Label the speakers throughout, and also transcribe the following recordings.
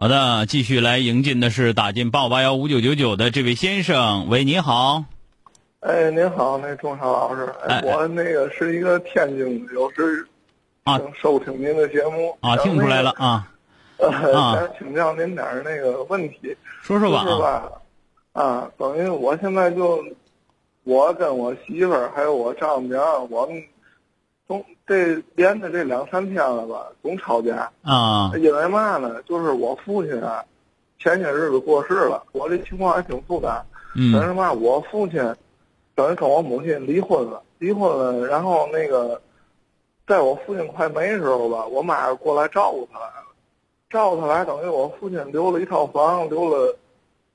Speaker 1: 好的，继续来迎进的是打进八五八幺五九九九的这位先生。喂，你好。
Speaker 2: 哎，您好，那钟山老师，
Speaker 1: 哎
Speaker 2: 哎，我那个是一个天津的，有时
Speaker 1: 啊
Speaker 2: 正收听您的节目
Speaker 1: 啊，听出来了，啊，
Speaker 2: 然后那个
Speaker 1: 啊
Speaker 2: 呃，想请教您点儿那个问题，
Speaker 1: 说说吧
Speaker 2: 就
Speaker 1: 啊，
Speaker 2: 是吧？啊，等于我现在就，我跟我媳妇儿还有我丈母娘，我们总这连着这两三天了吧，总吵架，
Speaker 1: 啊
Speaker 2: 因为嘛呢？就是我父亲啊，前些日子过世了，我这情况还挺复杂。但
Speaker 1: 嗯
Speaker 2: 是嘛，我父亲等于跟我母亲离婚了，离婚了，然后那个，在我父亲快没的时候吧，我妈过来照顾他来了，照顾他来，等于我父亲留了一套房，留了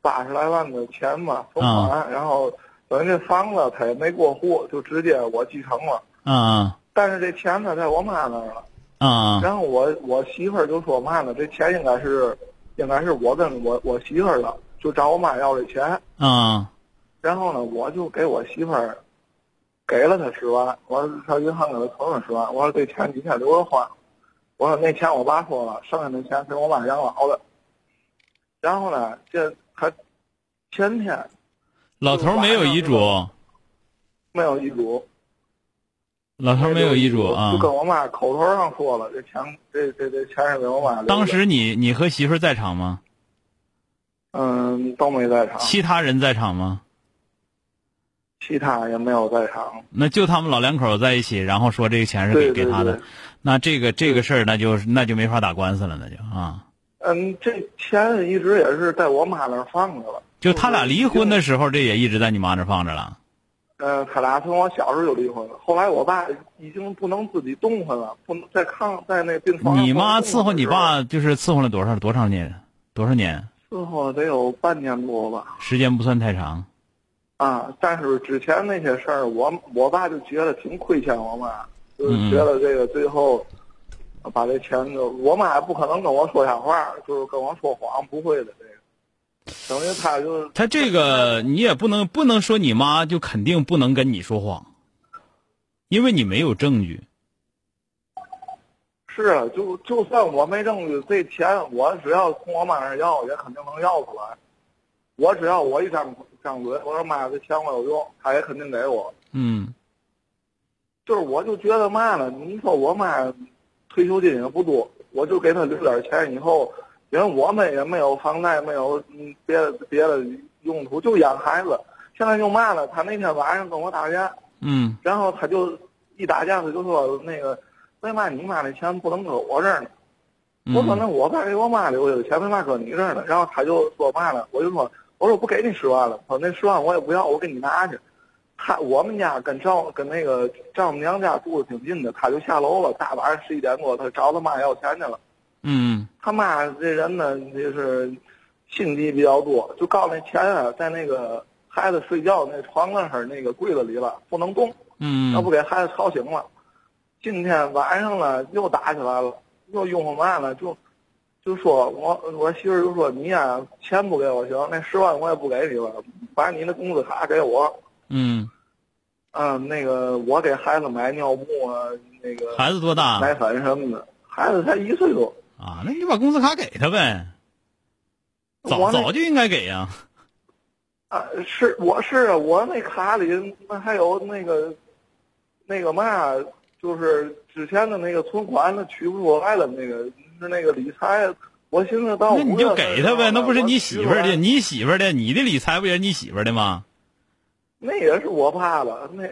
Speaker 2: 八十来万的钱吧，存款，啊然后啊等于这房子他也没过户，就直接我继承了。
Speaker 1: 啊
Speaker 2: 但是这钱呢，在我妈那儿了。
Speaker 1: 啊
Speaker 2: 然后我我媳妇儿就说嘛呢，这钱应该是，应该是我跟我我媳妇儿的，就找我妈要这钱。
Speaker 1: 啊
Speaker 2: 然后呢，我就给我媳妇儿给了她十万，我说上银行给她存了十万，我说这钱你先留着花。我说那钱我爸说了，剩下那钱给我妈养老了。然后呢，这还前天
Speaker 1: 老头儿没有遗嘱，
Speaker 2: 没有遗嘱，
Speaker 1: 老头儿没有遗嘱啊
Speaker 2: 就。跟我妈口头上说了，这钱这这这钱是给我妈留的。
Speaker 1: 当时你你和媳妇儿在场吗？
Speaker 2: 嗯都没在场，
Speaker 1: 其他人在场吗？
Speaker 2: 其他也没有在场。
Speaker 1: 那就他们老两口在一起，然后说这个钱是给
Speaker 2: 对
Speaker 1: 给
Speaker 2: 对
Speaker 1: 他的
Speaker 2: 对，
Speaker 1: 那这个这个事儿，那就是那就没法打官司了，那就啊，
Speaker 2: 嗯，这钱一直也是在我妈那儿放着了。
Speaker 1: 就他俩离婚的时候，这也一直在你妈那儿放着了
Speaker 2: 嗯，他俩从我小时候就离婚了，后来我爸已经不能自己动弹了，不能在炕在那病床上。
Speaker 1: 你妈伺候你，爸就是伺候了多少多少年多少年，
Speaker 2: 伺候得有半年多吧。
Speaker 1: 时间不算太长。
Speaker 2: 啊，但是之前那些事儿，我我爸就觉得挺亏欠我妈，
Speaker 1: 嗯
Speaker 2: 就是觉得这个最后把这钱就，我妈也不可能跟我说瞎话，就是跟我说谎，不会的这个，等于他就是
Speaker 1: 他这个你也不能不能说你妈就肯定不能跟你说谎，因为你没有证据。
Speaker 2: 是啊，就就算我没证据，这钱我只要从我妈那儿要，也肯定能要出来。我只要我一张张嘴，我说妈，这钱我有用，她也肯定给我。
Speaker 1: 嗯
Speaker 2: 就是我就觉得嘛呢，你说我妈退休金也不多，我就给她留点钱，以后因为我们也没有房贷，没有嗯别的别的用途，就养孩子。现在就嘛呢，她那天晚上跟我打架，
Speaker 1: 嗯
Speaker 2: 然后他就一打架，他就说那个为嘛你妈那钱不能搁我这儿呢？
Speaker 1: 嗯
Speaker 2: 我说那我爸给我妈留下的钱为嘛搁你这儿呢？然后他就说嘛了，我就说我说我不给你十万了，我那十万我也不要，我给你拿去。他我们家跟丈跟那个丈母娘家住的挺近的，他就下楼了，大晚上十一点多，他找他妈要钱去了。
Speaker 1: 嗯
Speaker 2: 他妈这人呢，就是心机比较多，就告诉那钱啊，在那个孩子睡觉那床那儿那个柜子里了，不能动。
Speaker 1: 嗯
Speaker 2: 要不给孩子吵醒了。今天晚上了，又打起来了，又用我嘛了，就就说我我媳妇儿就说你呀、钱不给我行，那十万我也不给你了，把你的工资卡给我。
Speaker 1: 嗯，
Speaker 2: 嗯，那个我给孩子买尿布啊，那个
Speaker 1: 孩子啊多大
Speaker 2: 奶粉什么的，孩子才一岁多。
Speaker 1: 啊？那你就把工资卡给他呗，早
Speaker 2: 我那
Speaker 1: 早就应该给呀、
Speaker 2: 啊，是我是啊我那卡里那还有那个，那个嘛，就是之前的那个存款，那取不出来了，那个是那个理财，我寻思到
Speaker 1: 那你
Speaker 2: 五月
Speaker 1: 就
Speaker 2: 份
Speaker 1: 给他呗，那不是你媳妇儿啊
Speaker 2: 我取
Speaker 1: 的，
Speaker 2: 出来
Speaker 1: 你媳妇儿的，你的理财不也是你媳妇儿的吗？
Speaker 2: 那也是我爸的，那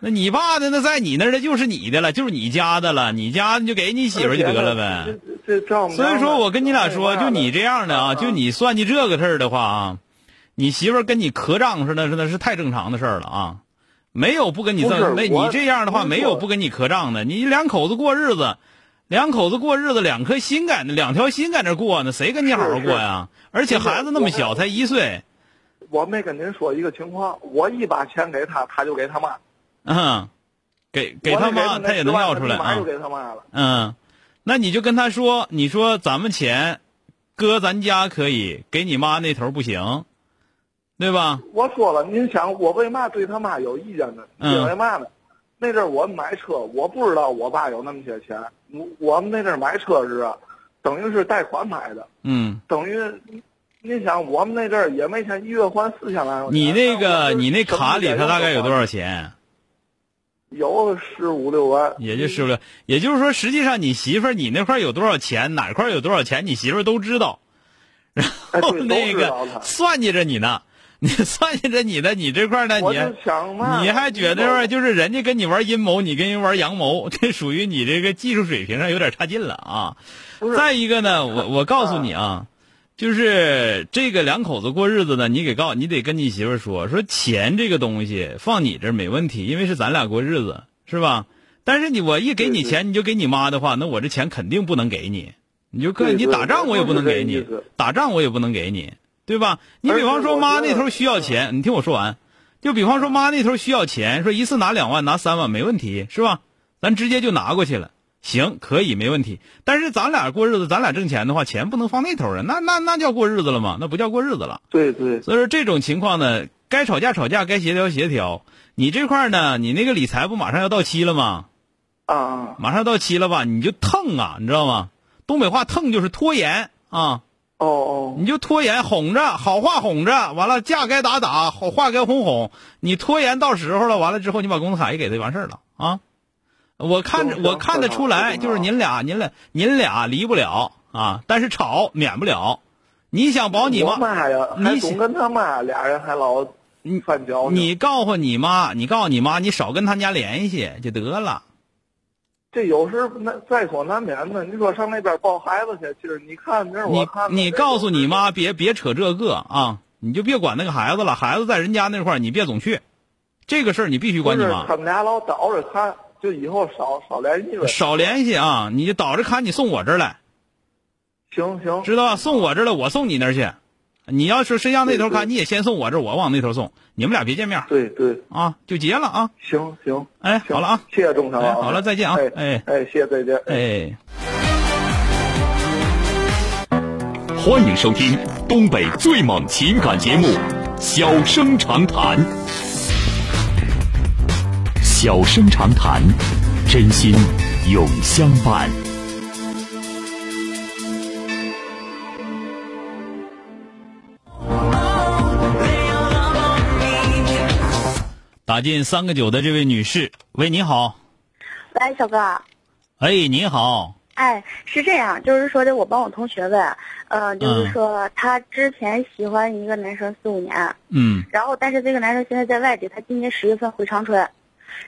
Speaker 1: 那你爸的那在你那儿的就是你的了，就是你家的了，你家你就给你媳妇儿就得了呗。
Speaker 2: 这这这
Speaker 1: 所以说我跟你俩说，就你
Speaker 2: 这
Speaker 1: 这样的啊，
Speaker 2: 啊
Speaker 1: 就你算计这个事儿的话啊，你媳妇儿跟你磕账似的，那是太正常的事儿了啊。没有不跟你
Speaker 2: 不是
Speaker 1: 这没你
Speaker 2: 我
Speaker 1: 这样的话，
Speaker 2: 我
Speaker 1: 没有不跟你磕账的。你两口子过日子，两口子过日子，两颗心在那，两条心在那过呢，谁跟你好好过呀？而且孩子那么小，才一岁，
Speaker 2: 我没跟您说一个情况，我一把钱给他，他就给他妈，
Speaker 1: 嗯，给给他
Speaker 2: 我
Speaker 1: 妈，
Speaker 2: 那给
Speaker 1: 他也能要出来
Speaker 2: 他立马
Speaker 1: 啊
Speaker 2: 就。给他妈了。
Speaker 1: 嗯，那你就跟他说，你说咱们钱搁咱家可以，给你妈那头不行，对吧？
Speaker 2: 我说了，您想我为嘛对他妈有意见呢？
Speaker 1: 嗯
Speaker 2: 因为嘛呢？那阵儿我买车，我不知道我爸有那么些钱。我我们那阵儿买车是啊，等于是贷款买的，
Speaker 1: 嗯，
Speaker 2: 等于您您想我们那阵儿也没钱，一月还四千来块钱。
Speaker 1: 你那
Speaker 2: 我
Speaker 1: 个
Speaker 2: 就是
Speaker 1: 你那卡里头大概有多
Speaker 2: 什么
Speaker 1: 少钱？
Speaker 2: 也没有？有十五六万，
Speaker 1: 也就是了，也就是说，实际上你媳妇儿你那块儿有多少钱，哪块儿有多少钱，你媳妇儿都知道。那
Speaker 2: 哎，对都知道
Speaker 1: 个
Speaker 2: 的。
Speaker 1: 算计着你呢，你算计着你呢，你这块儿呢，
Speaker 2: 我
Speaker 1: 你
Speaker 2: 就
Speaker 1: 还
Speaker 2: 想嘛，
Speaker 1: 你还觉得就是人家跟你玩阴谋，你跟人玩阳谋， 这属于你这个技术水平上有点差劲了啊。
Speaker 2: 不是
Speaker 1: 再一个呢， 我我告诉你啊，就是这个两口子过日子呢，你给告你得跟你媳妇儿说，说钱这个东西放你这儿没问题，因为是咱俩过日子，是吧？但是你我一给你
Speaker 2: 对
Speaker 1: 钱，你就给你妈的话，那我这钱肯定不能给你。你就
Speaker 2: 对
Speaker 1: 跟你
Speaker 2: 对
Speaker 1: 打仗，我也不能给
Speaker 2: 我
Speaker 1: 你
Speaker 2: 就是这意思，
Speaker 1: 打仗我也不能给你，对吧？你
Speaker 2: 而
Speaker 1: 比
Speaker 2: 且
Speaker 1: 方说
Speaker 2: 我
Speaker 1: 妈
Speaker 2: 觉得嗯
Speaker 1: 那头需要钱，你听我说完，就比方说妈那头需要钱，说一次拿两万拿三万没问题，是吧？咱直接就拿过去了，行，可以没问题。但是咱俩过日子，咱俩挣钱的话，钱不能放那头啊，那那那叫过日子了吗？那不叫过日子了。
Speaker 2: 对对，
Speaker 1: 所以说这种情况呢，该吵架吵架，该协调协调。你这块儿呢，你那个理财不马上要到期了吗？
Speaker 2: 啊啊，
Speaker 1: 马上到期了吧？你就腾啊，你知道吗？东北话腾就是拖延啊。
Speaker 2: 哦哦，
Speaker 1: 你就拖延哄着，好话哄着，完了架该打打，好话该哄哄。你拖延到时候了，完了之后你把工资卡也给他就完事儿了啊！我看着
Speaker 2: 行
Speaker 1: 我看得出来，
Speaker 2: 非常
Speaker 1: 就是您俩您俩您俩离不了啊，但是吵免不了。你想保你
Speaker 2: 我
Speaker 1: 妈，
Speaker 2: 妈呀，
Speaker 1: 你
Speaker 2: 还总跟他妈俩人还老
Speaker 1: 你
Speaker 2: 犯矫情。
Speaker 1: 你告诉你妈，你告诉你妈，你少跟他家联系就得了。
Speaker 2: 这有时那在所难免的。你说上那边抱孩子去，就是你看明儿我
Speaker 1: 你
Speaker 2: 看
Speaker 1: 你告诉你，妈，别别扯这个啊，你就别管那个孩子了，孩子在人家那块儿你别总去，这个事儿你必须
Speaker 2: 不
Speaker 1: 管你
Speaker 2: 是
Speaker 1: 妈。
Speaker 2: 他们俩老倒着看，就以后少少联系呗。
Speaker 1: 少联系啊！你就倒着看，你送我这儿来，
Speaker 2: 行行，
Speaker 1: 知道吧？送我这儿来，我送你那儿去。你要是谁向那头
Speaker 2: 对对
Speaker 1: 看，你也先送我这儿，我往那头送。你们俩别见面
Speaker 2: 对对，
Speaker 1: 啊，就结了啊！
Speaker 2: 行行，
Speaker 1: 哎，
Speaker 2: 行
Speaker 1: 好了啊，，
Speaker 2: 谢谢钟强
Speaker 1: 哎，
Speaker 2: 啊，
Speaker 1: 好了，再见啊
Speaker 2: 哎，
Speaker 1: 哎
Speaker 2: 哎，谢谢再见，
Speaker 1: 哎。
Speaker 3: 欢迎收听东北最猛情感节目《小生长谈》。小生长谈，真心永相伴。
Speaker 1: 打进三个九的这位女士，喂，你好，
Speaker 4: 喂，小哥啊，
Speaker 1: 哎，你好，
Speaker 4: 哎，是这样，就是说的，我帮我同学问，呃，就是说他之前喜欢一个男生四五年，
Speaker 1: 嗯
Speaker 4: 然后但是这个男生现在在外地，他今年十月份回长春，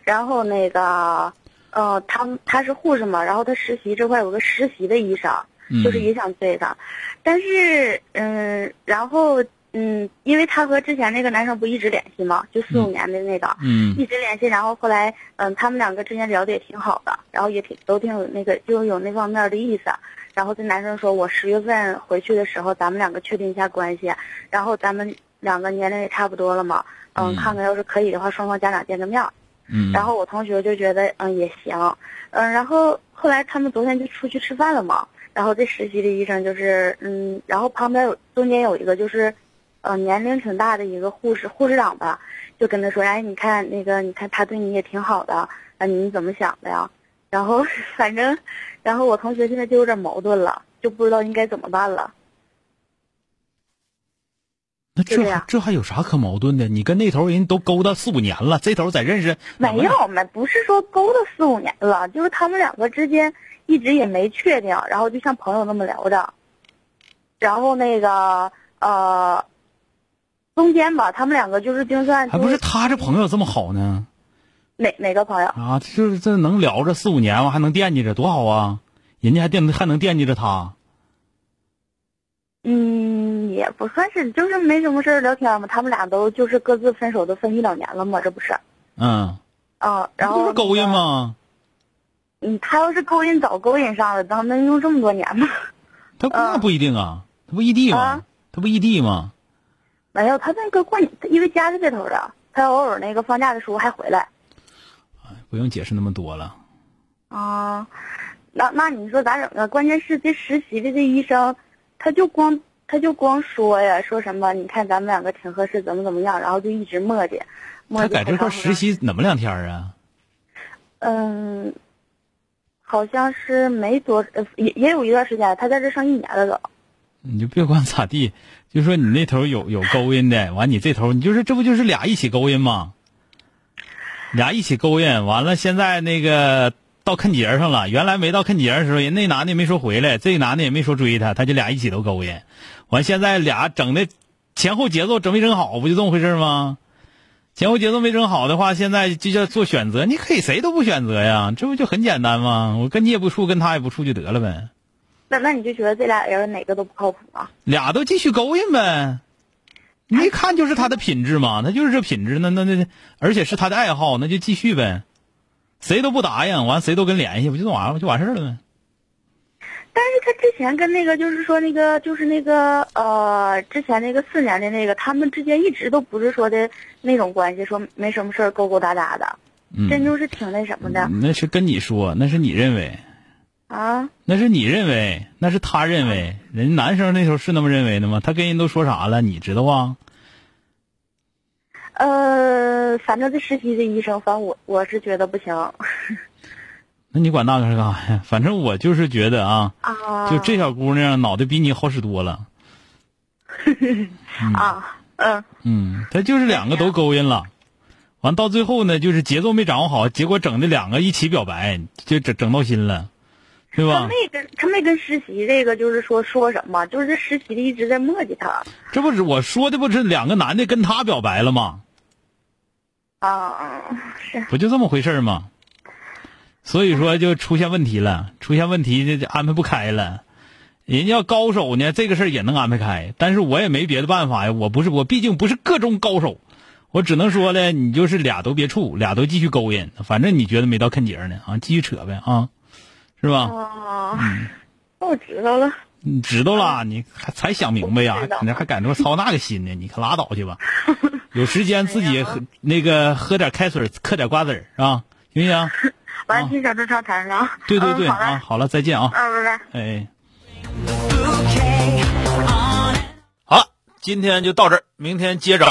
Speaker 4: 然后那个，呃，他他是护士嘛，然后他实习这块有个实习的医生，
Speaker 1: 嗯，
Speaker 4: 就是影响对的，但是嗯，然后嗯，因为他和之前那个男生不一直联系嘛，就四五年的那个，
Speaker 1: 嗯
Speaker 4: 一直联系，然后后来，嗯，他们两个之前聊的也挺好的，然后也挺都挺有那个，就是有那方面的意思。然后这男生说，我十月份回去的时候，咱们两个确定一下关系，然后咱们两个年龄也差不多了嘛，嗯，
Speaker 1: 嗯
Speaker 4: 看看要是可以的话，双方家长见个面儿。
Speaker 1: 嗯，
Speaker 4: 然后我同学就觉得，嗯，也行，嗯，然后后来他们昨天就出去吃饭了嘛，然后这实习的医生就是，嗯，然后旁边有中间有一个就是，呃，年龄挺大的一个护士护士长吧，就跟他说，哎，你看那个，你看他对你也挺好的，啊，你怎么想的呀？然后反正，然后我同学现在就有点矛盾了，就不知道应该怎么办了。
Speaker 1: 那这
Speaker 4: 就这
Speaker 1: 还
Speaker 4: 样
Speaker 1: 这还有啥可矛盾的？你跟那头人都勾搭四五年了，这头再认识，
Speaker 4: 没有，没不是说勾搭四五年了，就是他们两个之间一直也没确定，然后就像朋友那么聊着，然后那个呃，中间吧，他们两个就是就算
Speaker 1: 还
Speaker 4: 就
Speaker 1: 不是他这朋友这么好呢？
Speaker 4: 哪哪个朋友，
Speaker 1: 啊，就是这能聊着四五年，还能惦记着，多好啊！人家还惦还能惦记着他，
Speaker 4: 嗯，也不算是，就是没什么事儿聊天嘛，他们俩都就是各自分手都分一两年了嘛，这不是，
Speaker 1: 嗯，
Speaker 4: 嗯、然
Speaker 1: 不
Speaker 4: 后
Speaker 1: 是勾引？吗？
Speaker 4: 嗯，他要是勾引早勾引上了，能能用这么多年吗？
Speaker 1: 他那不一定啊，他不异地吗
Speaker 4: 啊？
Speaker 1: 他不异地吗？
Speaker 4: 没有，他那个过年，因为家是这头的，他偶尔那个放假的时候还回来。
Speaker 1: 不用解释那么多了。
Speaker 4: 啊，那那你说咋整啊？关键是这实习的这医生，他就光他就光说呀，说什么你看咱们两个挺合适，怎么怎么样，然后就一直磨叽，磨
Speaker 1: 他
Speaker 4: 叽。
Speaker 1: 在这块实。习怎么两天啊？
Speaker 4: 嗯，好像是没多，呃也也有一段时间，他在这上一年了都。
Speaker 1: 你就别管咋地，就说你那头有有勾引的，完你这头你就是这不就是俩一起勾引吗？俩一起勾引，完了现在那个到坎节上了，原来没到坎节的时候，人那男的也没说回来，这男的也没说追他，他就俩一起都勾引，完现在俩整的前后节奏整没整好，不就这么回事吗？前后节奏没整好的话，现在就叫做选择，你可以谁都不选择呀，这不就很简单吗？我跟你也不处，跟他也不处就得了呗。
Speaker 4: 那那你就觉得这俩人哪个都不靠谱啊？
Speaker 1: 俩都继续勾引呗。你一看就是他的品质嘛，他就是这品质，那那那，而且是他的爱好，那就继续呗。谁都不答应，完谁都跟联系，不就这玩意儿吗？就完事儿了呗。
Speaker 4: 但是他之前跟那个就是说那个就是那个呃之前那个四年的那个，他们之间一直都不是说的那种关系，说没什么事儿勾勾搭搭的，
Speaker 1: 嗯
Speaker 4: 真就是挺那什么的、
Speaker 1: 那是跟你说，那是你认为，嗯
Speaker 4: 啊。
Speaker 1: 那是你认为，那是他认为，人男生那时候是那么认为的吗？他跟人都说啥了，你知道啊？
Speaker 4: 呃，反正这实习的医生，反正我我是觉得不行
Speaker 1: 那你管那个是干啥呀？反正我就是觉得啊，
Speaker 4: 啊。
Speaker 1: 就这小姑娘脑袋比你好使多了。
Speaker 4: 啊，嗯
Speaker 1: 嗯，他就是两个都勾引了，完到最后呢，就是节奏没掌握好，结果整的两个一起表白，就整整闹心了，对
Speaker 4: 他
Speaker 1: 吧？
Speaker 4: 没跟他没跟实习这个就是说说什么，就是这实习的一直在磨叽他
Speaker 1: 这不是我说的，不是两个男的跟他表白了吗？
Speaker 4: 啊，是
Speaker 1: 不就这么回事儿吗？所以说就出现问题了，出现问题就安排不开了。人家要高手呢，这个事儿也能安排开，但是我也没别的办法呀，我不是我毕竟不是各种高手，我只能说呢，你就是俩都别处，俩都继续勾引，反正你觉得没到坎节儿呢啊，继续扯呗啊，是吧？
Speaker 4: 啊，
Speaker 1: 嗯
Speaker 4: 那我知道了。
Speaker 1: 你知道啦，你还才想明白呀、
Speaker 4: 哦我知道
Speaker 1: 你还敢说操那个心呢？你可拉倒去 吧，有时间自
Speaker 4: 哎
Speaker 1: 己喝那个喝点开水，嗑点瓜子儿啊，行不行？
Speaker 4: 完，听小正常谈上。
Speaker 1: 啊对对对、
Speaker 4: 嗯、好
Speaker 1: 啊，
Speaker 4: 了，
Speaker 1: 好了，再见啊，
Speaker 4: 嗯，拜
Speaker 1: 哎
Speaker 4: 拜。
Speaker 1: 哎。
Speaker 5: bouquet on
Speaker 1: 好了，今天就到这儿，明天接着。啊